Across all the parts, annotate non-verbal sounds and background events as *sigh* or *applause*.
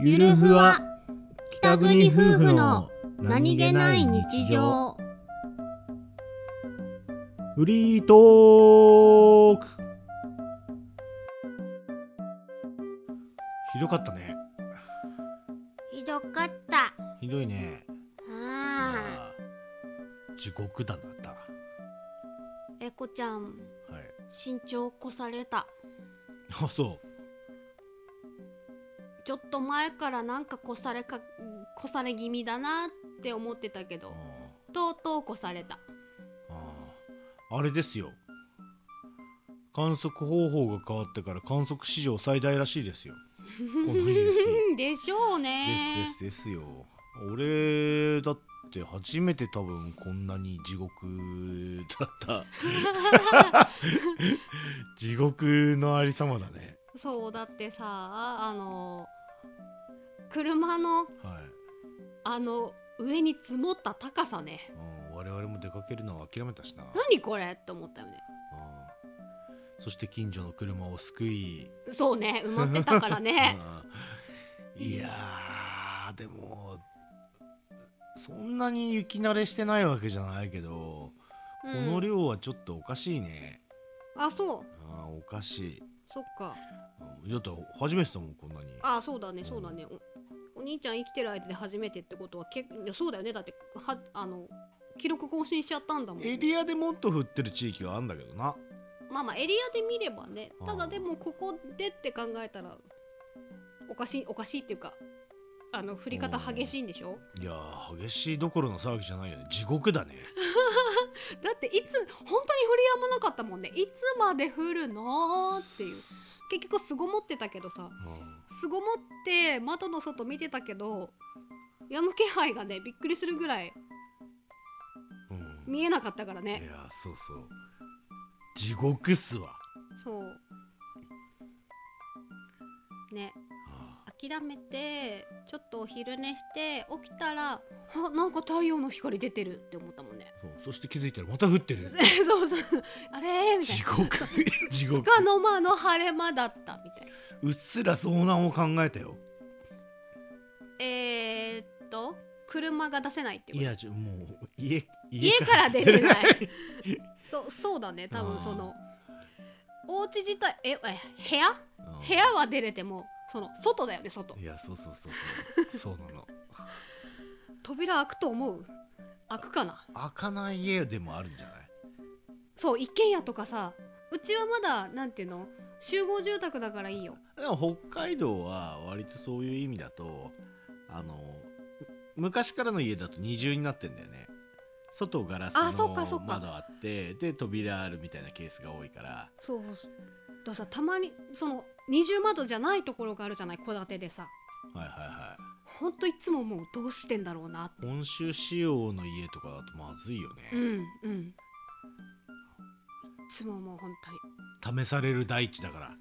ゆるふわ北国夫婦のフリートークひどかったねひどかったひどいねああー地獄だなったはーエコちゃんい身長越されたあそうちょっと前からなんか越されか越され気味だなって思ってたけあどとうとう越されたーあーあれですよ観測方法が変わってから観測史上最大らしいですよこの雪でしょうねですですですよ俺だって初めて多分こんなに地獄だった *laughs* 地獄のありさまだねそうだってさあの車はのい、あの上に積もった高さねうん、我々も出かけるのは諦めたしな、うん、何これって思ったよねそして近所の車を救い、そうね埋まってたか *laughs* らね *laughs* うんいやーでもそんなに雪慣れしてないわけじゃないけど、うこのん、量はちょっとおかしいねあそうあーおかしいそっかうんだって初めてだもんこんなにあそうだねそうだね、おお兄ちゃん生きてる間で初めてってことはけそうだよねだってはあの記録更新しちゃったんだもんエリアでもっと降ってる地域があるんだけどなまあまあエリアで見ればねたあだーでもここでって考えたらおかしいおかしいっていうかあの降り方激しいんでしょいやー激しいどころの騒ぎじゃないよね地獄だねだっていつ本当に降りやまなかったもんねいつまで降るのっていう結局巣ごもってたけどさう巣ごもって窓の外見てたけどやむ気配がねびっくりするぐらいん、うん見えなかったからいねやーそうそう地獄っすわそうねあ諦めてちょっとお昼寝して起きたらあなんか太陽の光出てるって思ったもんねーそうそして気づいたらまた降ってる *laughs* そうそうあれみたい地な *laughs* 獄地つ獄かの間の晴れ間だったみたいなうっすら遭難を考えたよえー、っと車が出せないっていういことやちょもう家家から出れないそうそうだね多あ分ーそのお家自体ええ部屋うん部屋は出れてもその外だよね外いやそうそうそうそうそうなの扉開くと思う開くかな開かない家でもあるんじゃないそう一軒家とかさうちはまだなんていうの集合住宅だからいいよでも北海道は割とそういう意味だとあの昔からの家だと二重になってんだよね外ガラスあそうかそのうか窓あってで扉あるみたいなケースが多いからそうそうだからさたまにその二重窓じゃないところがあるじゃない戸建てでさはいはほんといつももうどうしてんだろうなっていはい本州仕様の家とかだとまずいようね、んうんいつももう本試される大地だから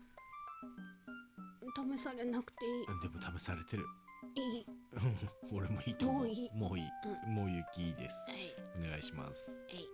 当に試されなくていいでも試されてる *laughs* いい俺もいいと思うもういいもういい、うもう雪ですえいお願いしますえい